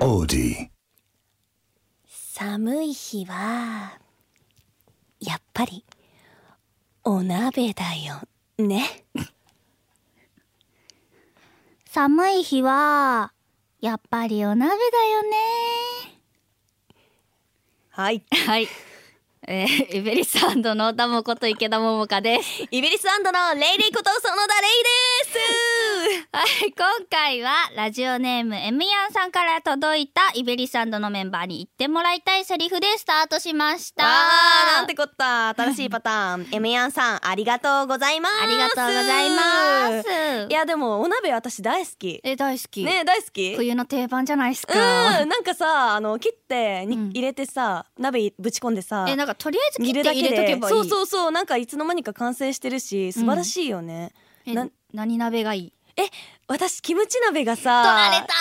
オーディ寒い日はやっぱりお鍋だよね 寒い日はやっぱりお鍋だよねはいはい、えー、イベリスのダモこと池田桃香ですイベリスのレイレイこと園田レイですはい今回はラジオネームエミヤンさんから届いたイベリスのメンバーに言ってもらいたいセリフでスタートしましたわーなんてこった新しいパターンエメヤンさんありがとうございますありがとうございますいやでもお鍋私大好きえ大好き、ねえ大好き冬の定番じゃないですか、うんなんかさあの切ってに、うん入れてさ鍋ぶち込んでさえなんかとりあえず切煮ってるだ入けれとけでばいいそうそうそうなんかいつの間にか完成してるし素晴らしいよね、えなん何鍋がいい私キムチ鍋がさ取られた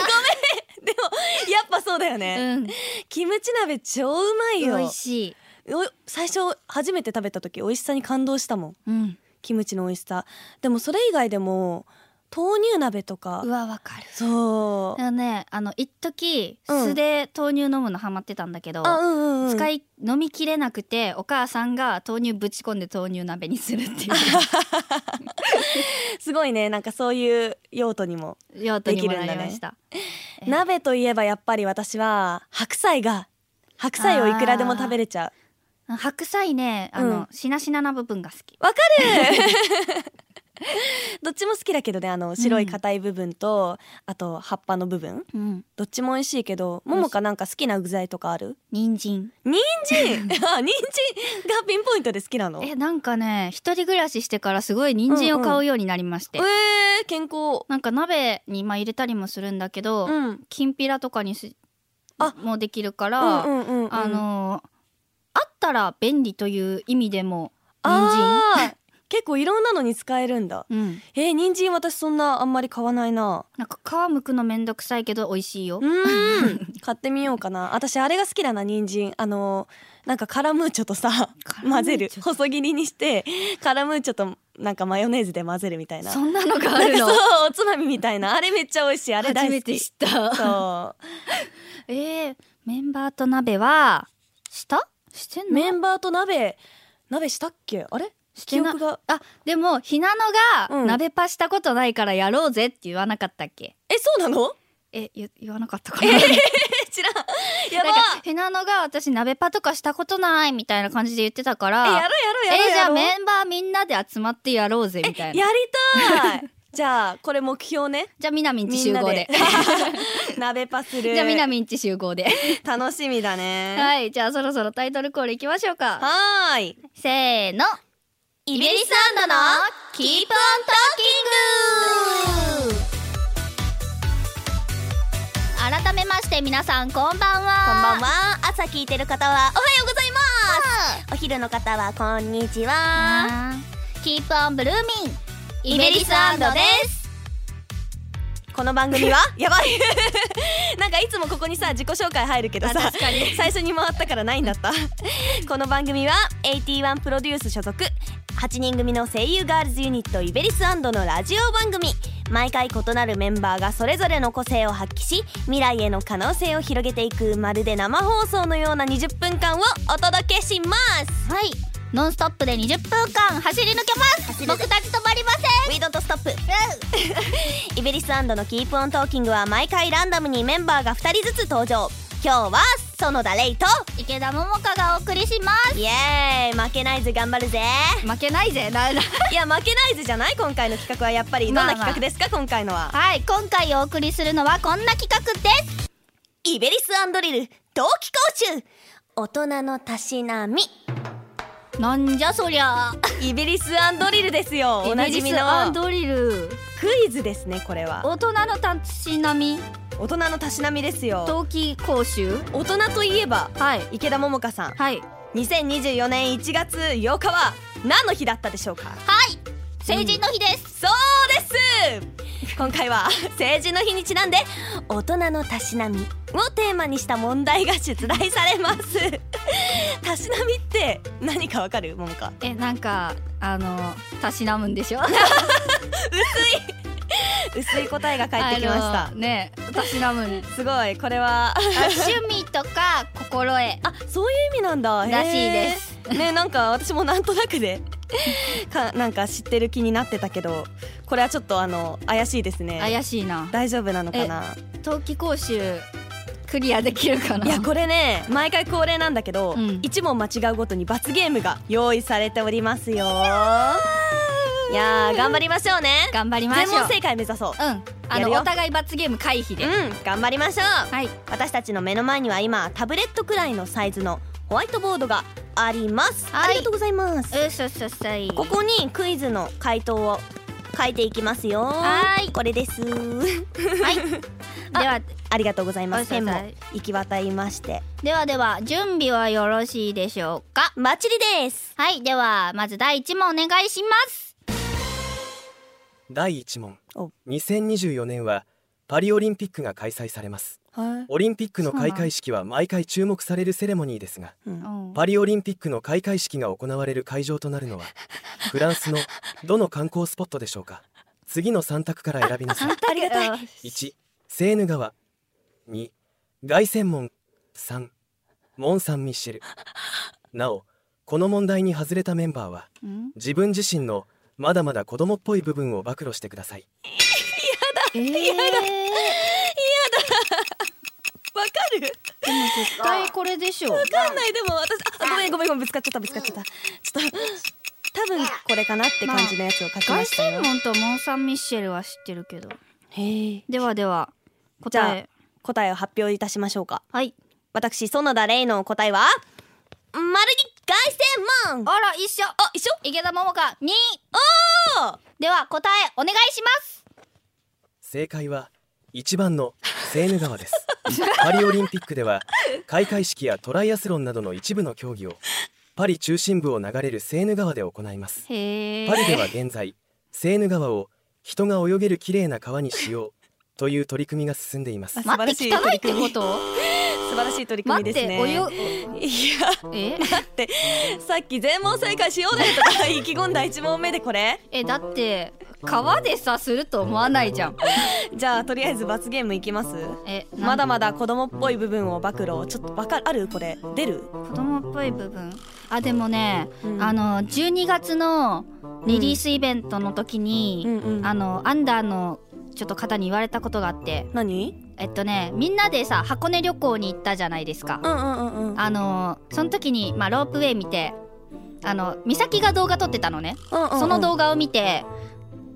ごめんでもやっぱそうだよね、うんキムチ鍋超うまい美よ味しいお最初初めて食べた時美味しさに感動したもんうんキムチの美味しさでもそれ以外でも豆乳鍋とかうわわかるそうあのねあの一時うん素で豆乳飲むのハマってたんだけど、あうんうん、うん、使い飲みきれなくてお母さんが豆乳ぶち込んで豆乳鍋にするっていすごいねなんかそういう用途にも う用途にもなりました、え鍋といえばやっぱり私は白菜が白菜をいくらでも食べれちゃ白菜ねあうの、んしなしなな部分が好きうどっちも好きだけどねあの白い硬い部分と、あと葉っぱの部分うんどっちも美味しいけどももかなんか好きな具材とかある人参人参 あ人参がピンポイントで好きなの えなんかね一人暮らししてからすごい人参を買うようになりまして、えー、健康なんか鍋にまあ入れたりもするんだけど、うんきんぴらとかにすあもできるから、うんうんうんうんあのーあったら便利という意味でも人参あー結構いろんなのに使えるんだうんえー、人参私そんなあんまり買わないななんか皮むくのめんどくさいけど美味しいようーん買ってみようかな私あれが好きだな人参あのなんかカラムーチョとさカラム混ーチョぜる細切りにしてカラムーチョとなんかマヨネーズで混ぜるみたいなそんなのがあるのそうおつまみみたいなあれめっちゃ美味しいあれ大初好めきて知ったそえー、メンバーと鍋はしたしてんうのメンバーと鍋鍋したっけあれして記な憶があでもひなのうがん鍋パしたことないからやろうぜって言わなかったっけ、えそうな のえ言言わなかったか な、え知らんやばなんかひなのが私鍋パとかしたことないみたいな感じで言ってたからえやろうやろうやろうえじゃやあろうメンバーみんなで集まってやろうぜみたいなやりたいじゃあこれ目標ねじゃあみなみんちみん集な合でで 鍋パするじゃあみなみんち集合で楽しみだねはいじゃあそろそろタイトルコールいきましょうかはーいせーのイベリスンドのキープオントーキング改めまして皆さんこんばんこはんばんは朝聞いてる方はおはようございますお昼の方はこんにちはあーキープオンブルーミンイベリスアンドですこの番 組は やばいなんかいつもここにさ自己紹介入るけどさ確か に最初に回ったからないんだったこの番組は81プロデュース所属8人組の声優ガールズユニットイベリスのラジオ番組毎回異なるメンバーがそれぞれの個性を発揮し未来への可能性を広げていくまるで生放送のような20分間をお届けしますはいノンストップで20分間走り抜けますり抜け僕たち止まりません We don't stop イベリスのキープオントーキングは毎回ランダムにメンバーが2人ずつ登場今日は園田レイと池田桃香がお送りしまイエーイ負けないぜ頑張るぜす負けないぜなないや負け ないぜじゃない今回の企画はやっぱりどんまあまなあ企画ですか、今回のははい今回お送りするのはこんな企画ですイベリスリル冬季講習大人のたしなみなんじゃそりゃイベリスアンドリルですよおなじみのドリルクイズですねこれは大人のたしなみ大人のたしなみですよ冬季講習大人といえばはい池田桃香さんはい2024年1月8日は何の日だったでしょうかはい成人の日です、そうです今回は成人の日にちなんで大人のたしなみをテーマにした問題が出題されます たしなみって何かわかるももか えなんかあのたしなむんでしょう薄い答えが返ってきましたあのね私 なむねすごいこれは趣味とか心得あそういう意味なんだらしいですへーねなんか私もなんとなくでかなんか知ってる気になってたけどこれはちょっとあの怪しいですね怪しいな大丈夫なのかな冬季講習クリアできるかないやこれね毎回恒例なんだけど、うん一問間違うごとに罰ゲームが用意されておりますよいやー頑張りましょうね頑張りましょ全う問正解目指そううんあやのるよお互い罰ゲーム回避で、うん頑張りましょうはい私たちの目の前には今タブレットくらいのサイズのホワイトボードがあります、はいありがとうございますうそそそいここにクイズの回答を書いていきますよはーいこれです はいではありがとうございますおペいンも行き渡りましてではでは準備はよろしいでしょうかバッチリですはいではまず第一問お願いします第1問お2024年はパリオリンピックが開催されますはい、オリンピックのそうなん開会式は毎回注目されるセレモニーですがうんパリオリンピックの開会式が行われる会場とな るのはフランスのどの観光スポットでしょうか次の3択から選びなさいありがたいい1セーヌ川2凱旋門3モン・サン・ミッシェルなおこの問題に外れたメンバーは自分自身のまだまだ子供っぽい部分を暴露してくださいえー、わかる絶対これでしょうわかんないでも私あごめんごめんごめんぶつかっちゃったぶつかっちゃったちょっと多分これかなって感じのやつを書きま凱したよ、旋門とモン・サン・ミッシェルは知ってるけどへえではではじ答ゃえあ答えを発表いたしましょうかはい私園田玲の答えは丸に凱旋門あら一緒あ一緒池田桃香2おでは答えお願いします正解は1番のセーヌ川ですパリオリンピックでは開会式やトライアスロンなどの一部の競技をパリ中心部を流れるセーヌ川で行いますへえパリでは現在セーヌ川を人が泳げる綺麗な川にしようという取り組みが進んでいますあ待って汚いってこと素晴らしい取り組待みでっすてねおよいやえさっき全問正解しようねとか意気込んだ一問目でこれえだって川でさすると思わないじゃんじゃあとりあえず罰ゲームいきますえなんまだまだ子供っぽい部分を暴露ちょっとわかるあるこれ出る子供っぽい部分あでもね、うんあの12月のリリースイベントの時に、んうあのアンダーのちょっと方に言われたことがあって何えっとねみんなでさ箱根旅行に行ったじゃないですか、うんうんうんうんあのその時に、まあ、ロープウェイ見てあの美咲が動画撮ってたのね、その動画を見て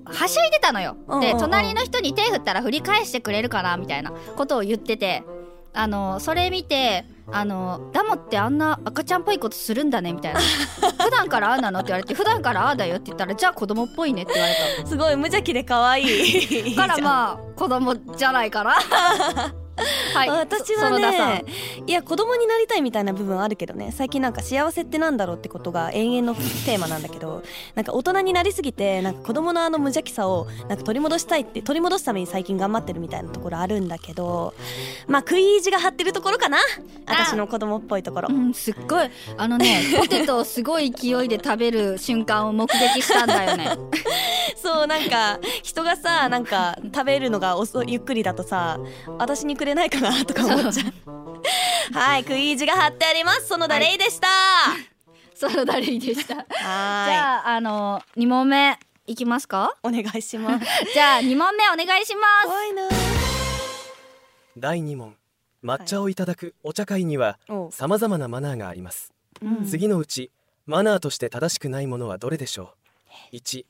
はしゃいでたのよ、うんうんうでん隣の人に手振ったら振り返してくれるかなみたいなことを言っててあのそれ見てあのダモってあんな赤ちゃんっぽいことするんだね みたいな普段からああなのって言われて普段からああだよって言ったらじゃあ子供っぽいねって言われたすごい無邪気で可愛いだ からまあ子供じゃないか なはい私はそ園田さんねいや子供になりたいみたいな部分あるけどね最近なんか幸せってなんだろうってことが永遠のテーマなんだけどなんか大人になりすぎてなんか子供のあの無邪気さをなんか取り戻したいって取り戻すために最近頑張ってるみたいなところあるんだけどまあ食い意地が張ってるところかな私の子供っぽいところうん、すっごいあのねポテトをすごい勢いで食べる瞬間を目撃したんだ よねそうなんか人がさなんか食べるのが遅いゆっくりだとさ私にくれないかなとか思っちゃうはい食い意地が張ってあります園田レイでした、そのだるいでしたじはーいゃああの2問目いきま すかお願いしますじゃあ2問目お願いしま怖いな第2問抹茶をいただくお茶会にはお様々なマナーがありますうん次のうちマナーとして正しくないものはどれでしょう1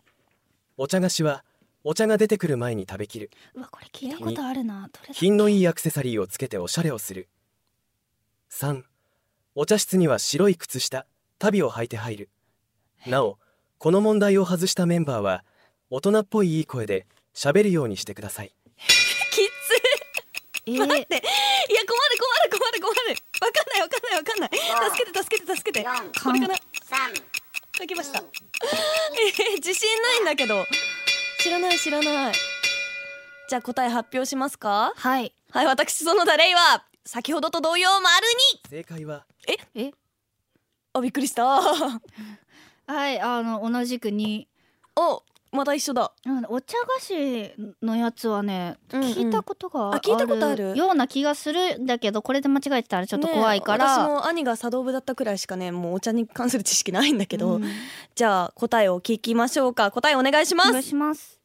お茶菓子はお茶が出てくる前に食べきるすうわこれ聞いたことあるなどれだ品のいいアクセサリーをつけておしゃれをする3お茶室には白い靴下足袋を履いて入るなおこの問題を外したメンバーは大人っぽいいい声で喋るようにしてくださいきついえー待っていや困る困る困る困るわかんないわかんないわかんない助けて助けて助けてこれかな書きました えー自信ないんだけど知らない知らないじゃあ答え発表しますか はいはい私園田レイは先ほどと同様丸に正解はえあびっくりしたはいあの同じく2 おまだ一緒だうん、お茶菓子のやつはね、うんうん聞いたことがあ聞いたことあるような気がするんだけどこれで間違えてたらちょっと怖いかねえら、私も兄が茶道部だったくらいしかねもうお茶に関する知識ないんだけど、うんじゃあ答えを聞きましょうか答えお願いしまお願いすします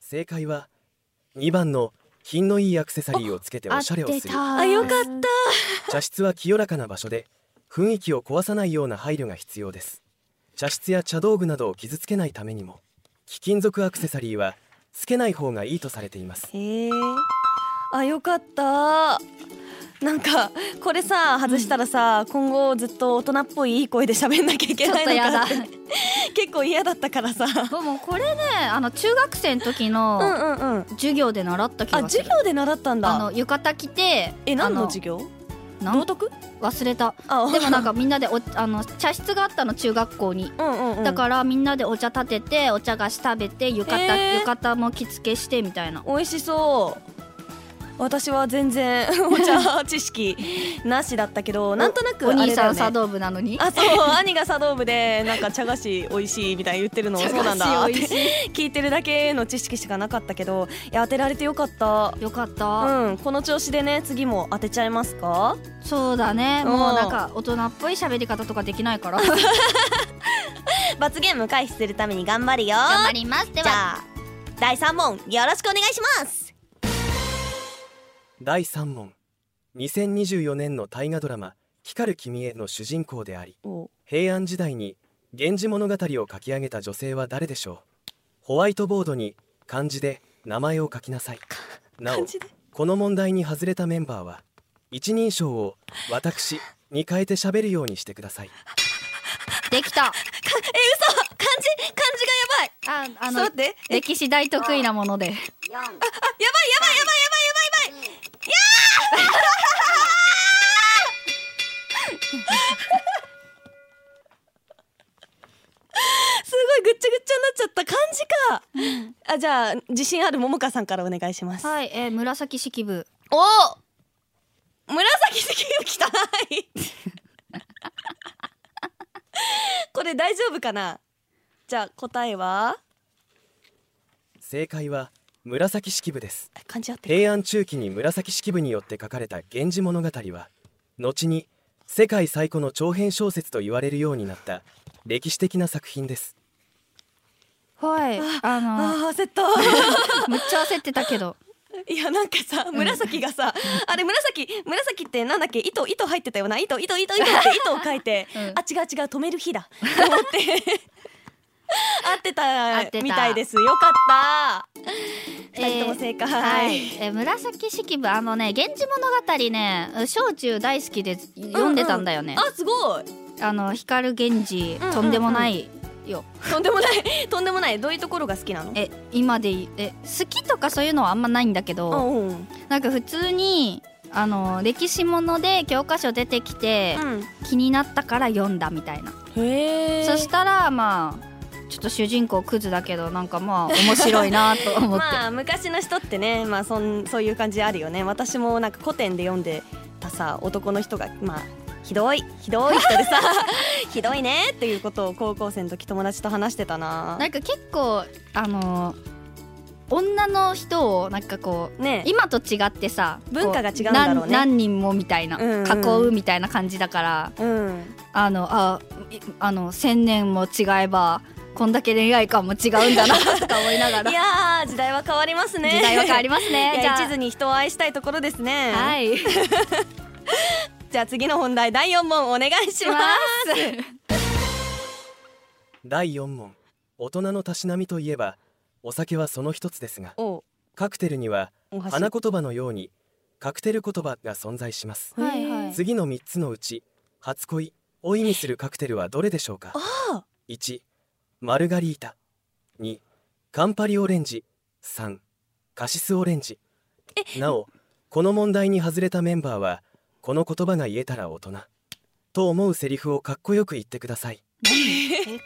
正解は2番の品のいいアクセサリーをつけてあおしゃれをするたあよかった茶室は清らかな場所で雰囲気を壊さないような配慮が必要です茶室や茶道具などを傷つけないためにも貴金属アクセサリーはつけない方がいいとされていますへえあよかったなんかこれさ外したらさ、今後ずっと大人っぽいいい声で喋んなきゃいけちょっないとのやかなだ って結構嫌だったからさでもこれねあの中学生のう時んうのんうん授業で習った気あがする授、業で習ったんあだの浴衣着てえ何あの授業なん道徳忘れ たあでもなんかみんなでおあの茶室があったの中学校にうんうん、うん、だからみんなでお茶立ててお茶菓子食べて浴衣、へー浴衣も着付けしてみたいな美味しそう私は全然お茶知識なしだったけ どなんとなくおあ兄れださよんね茶道部なのにあそう兄が茶道部でなんか茶菓子美味しいみたいに言ってるのをそうなんだって美味しい 聞いてるだけの知識しかなかったけどいや当てられてよかったよかった、うんこの調子でね次も当てちゃいますかそうだねうんもうなんか大人っぽい喋り方とかできないから罰ゲーム回避するために頑張るよりますでじゃあ第3問よろしくお願いします第3問2024年の大河ドラマ「光る君へ」の主人公でありお平安時代に「源氏物語」を書き上げた女性は誰でしょうホワイトボードに漢字で名前を書きなさいなお感じでこの問題に外れたメンバーは一人称を「私」に変えて喋るようにしてくださいできた漢字漢字がやばいああちょのっと待ってえ歴史大得意なものでやばいやばいやばいやばいやばいやばいすごいぐっちゃぐっちゃになっちゃった漢字かあじゃあ自信あるももかさんからお願いしますはい、えー、紫式部お紫式部汚いこれ大丈夫かなじゃあ答えは正解は紫式部です漢字合ってる平安中期に紫式部によって書かれた「源氏物語」は後に世界最古の長編小説と言われるようになった歴史的な作品ですはいあのああ焦った むっちゃ焦ってたけどいやなんかさ紫がさ、あれ紫紫ってなんだっけ糸糸入ってたよな糸糸糸糸 って糸を書いて、うんあ違う違う止める日だと思って 合って合ってたたみたいですよかった二人とも正解、はい、えー紫式部あのね「源氏物語ね」小中大好きで読んでたんだよね、あすごいあの光源氏うんうんとんでもないよ、とんでもないとんでもないどういうところが好きなのえ今でいえ好きとかそういうのはあんまないんだけど、うんうんなんか普通にあの歴史もので教科書出てきて、気になったから読んだみたいな、へえそしたらまあちょっと主人公クズだけどなんかまあ面白いなと思って、まあ昔の人ってね、まあ、そんそういう感じあるよね私もなんか古典で読んでたさ男の人がまあひどいひどい人で さひどいねっていうことを高校生の時友達と話してたななんか結構あの女の人をなんかこうねえ今と違ってさ文化が違うんこだろうね何何人もみたいな、うんうん囲うみたいな感じだからうんあのあいあの千年も違えばこんだけ恋愛観も違う んだなとか思いながらい時やー時代は変わりますね代は変わりますいねやじゃあ一途に人を愛したいところですね、 はいしじゃあ次の本題第4問お願いしまますす第4問大人のたしなみといえばお酒はその一つですがおカクテルにはお箸花言葉のようにカクテル言葉が存在しますはいはい次の3つのうち初恋を意味するカクテルはどれでしょうかあ1マルガリータ2カンパリオレンジ3カシスオレンジなおこの問題に外れたメンバーはこの言葉が言えたら大人と思うセリフをかっこよく言ってくださいえ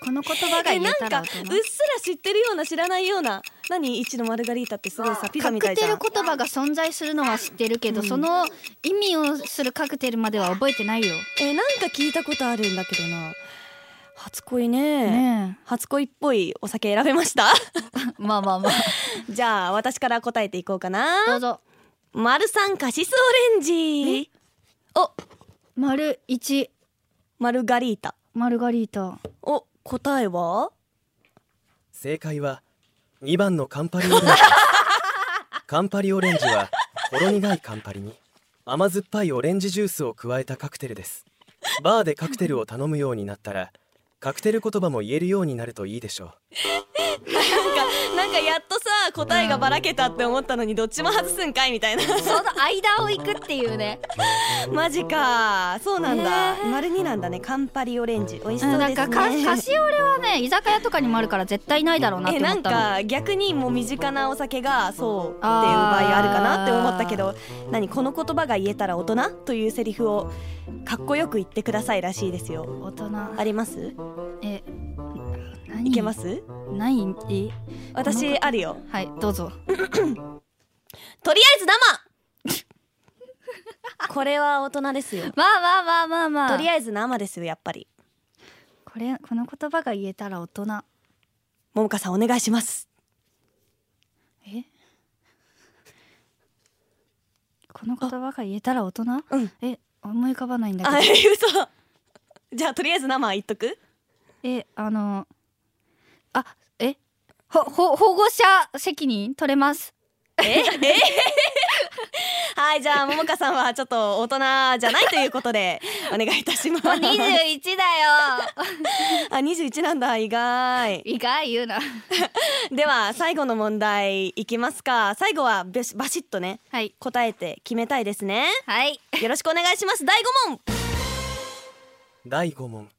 この言葉がえ言えなんたからうっ大す人ら知ってるような知らないような何一のマルガリータってすごいさピザカみたクいじテゃルん言葉が存在するのは知ってるけど、うんその意味をするカクテルまでは覚えてないよえなんか聞いたことあるんだけどな初恋ねね初恋っぽいお酒選べました えまあまあまあじゃあ私から答えていこうかどうなぞ丸三カシスオレンジお丸一マルガリータマルガリータお答えは正解は2番のカンパリオレンジカンパリオレンジはほろ苦いカンパリに甘酸っぱいオレンジジュースを加えたカクテルですバーでカクテルを頼むようになったらカクテル言葉も言えるようになるといいでしょうなんかやっとさ答えがばらけたって思ったのにどっちも外すんかいみたいな その間を行くっていうねマジかそうなんだねえ丸二なんだねカンパリオレンジ美味しそうですねなんかカカシオレはね居酒屋とかにもあるから絶対ないだろうなってえ思なっんたのか逆にもう身近なお酒がそうっていう場合あーあるかなって思ったけど何この言葉が言えたら大人というセリフをかっこよく言ってくださいらしいですよ大人ありますえいけますすないえ私あるよはいどうぞとりあえず生 これは大人ですよまあまあまあまあまあとりえあえず生ですよやっぱりずこれこの言葉が言えたら大人桃香さんお願いしますえこの言葉が言えたら大人うんえ思い浮かばないんだあけど嘘じゃあとりあえず生言っとくえあのあえほほ保護者責任取 れますはいじゃあ桃香さんはちょっと大人じゃないということでお願いいたし ますだよ あ21なんだ意外意外言うなでは最後の問題いきますか最後はべしバシッとねはい答えて決めたいですねはいよろしくお願いします第5問第5問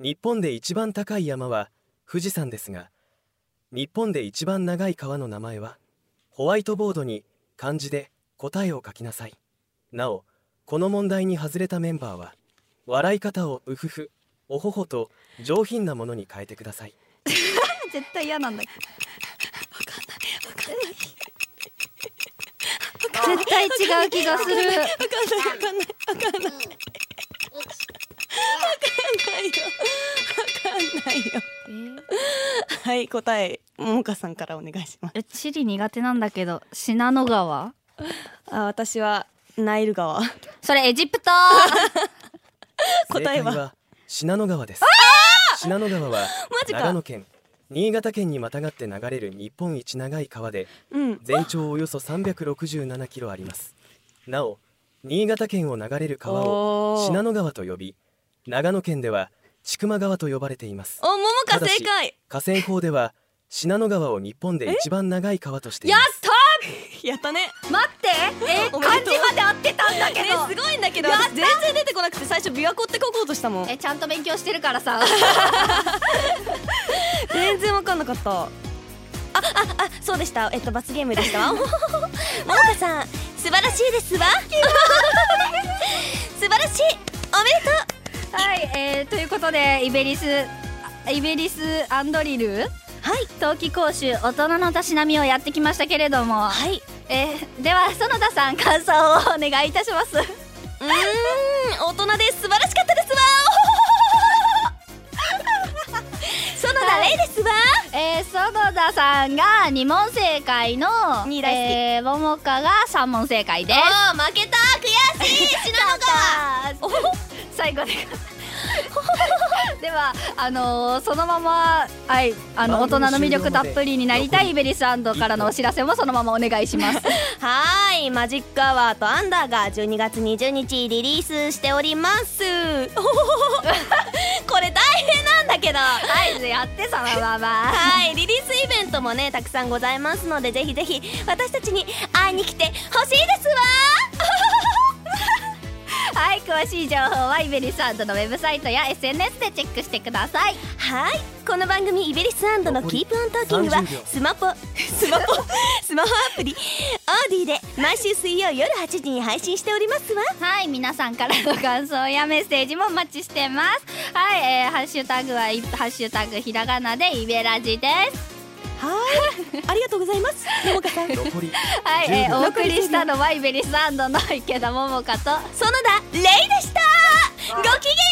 日本で一番高い山は富士山ですが日本で一番長い川の名前はホワイトボードに漢字で答えを書きなさいなおこの問題に外れたメンバーは笑い方をうふふおほほと上品なものに変えてください絶対嫌なんだ絶対違う気がするわかんないわかんないわかんないわかんないよわかんないよはい答え桃香さんからお願いしますえチリ苦手なんだけど信濃川あ私はナイル川それエジプト答えは正解は信濃川です信濃川はマジか長野県新潟県にまたがって流れる日本一長い川でうん全長およそ367キロありますなお新潟県を流れる川おをー信濃川と呼び長野県では千曲川と呼ばれていますお桃香ただし正解河川法 では信濃川を日本で一番長い川としています やったね 待ってえおめでとうで合ってたんだねすごいんだけど私全然出てこなくて最初琵琶湖って書こうとしたもん えちゃんと勉強してるからさ全然わかんなかったあああそうでしたえっと罰ゲームでした わ桃香さん素晴らしいです わ素晴らしいおめでとはい、えー、ということでイベリスあイベリスアンドリルはい冬季講習大人のたしなみをやってきましたけれども、いえー、では園田さん感想をお願いいたし ますうーん大人です素晴らしかった ですわ園田レイですわえー、園田さんが2問正解の二大好きえー、桃香が3問正解ですおー負けた悔しい信 濃川最後で ではあのーそのままはいあの大人の魅力たっぷりになりたいイベリスアンドからのお知らせもそのままお願いしますはーいマジックアワーとアンダーが12月20日リリースしております おほほほほこれ大変なんだけど合図やってそのま まはいリリースイベントもねたくさんございますのでぜひぜひ私たちに会いに来てほしいですわ はい詳しい情報はイベリスアンドのウェブサイトや SNS でチェックしてくださいはいこの番組「イベリスアンドの残キりープオントーキングは30秒スマホ スマホスマホアプリオーディで毎週水曜夜8時に配信しておりますわはい皆さんからの感想やメッセージもお待ちしてますはい、えー、ハッシュタグはいハッシュタグひらがなでイベラジで すはいありがとうございます桃香さん園残りはい、えー、 10お秒送りしたのはイベリスアンドの池田桃香と田レイでしたごきげんよう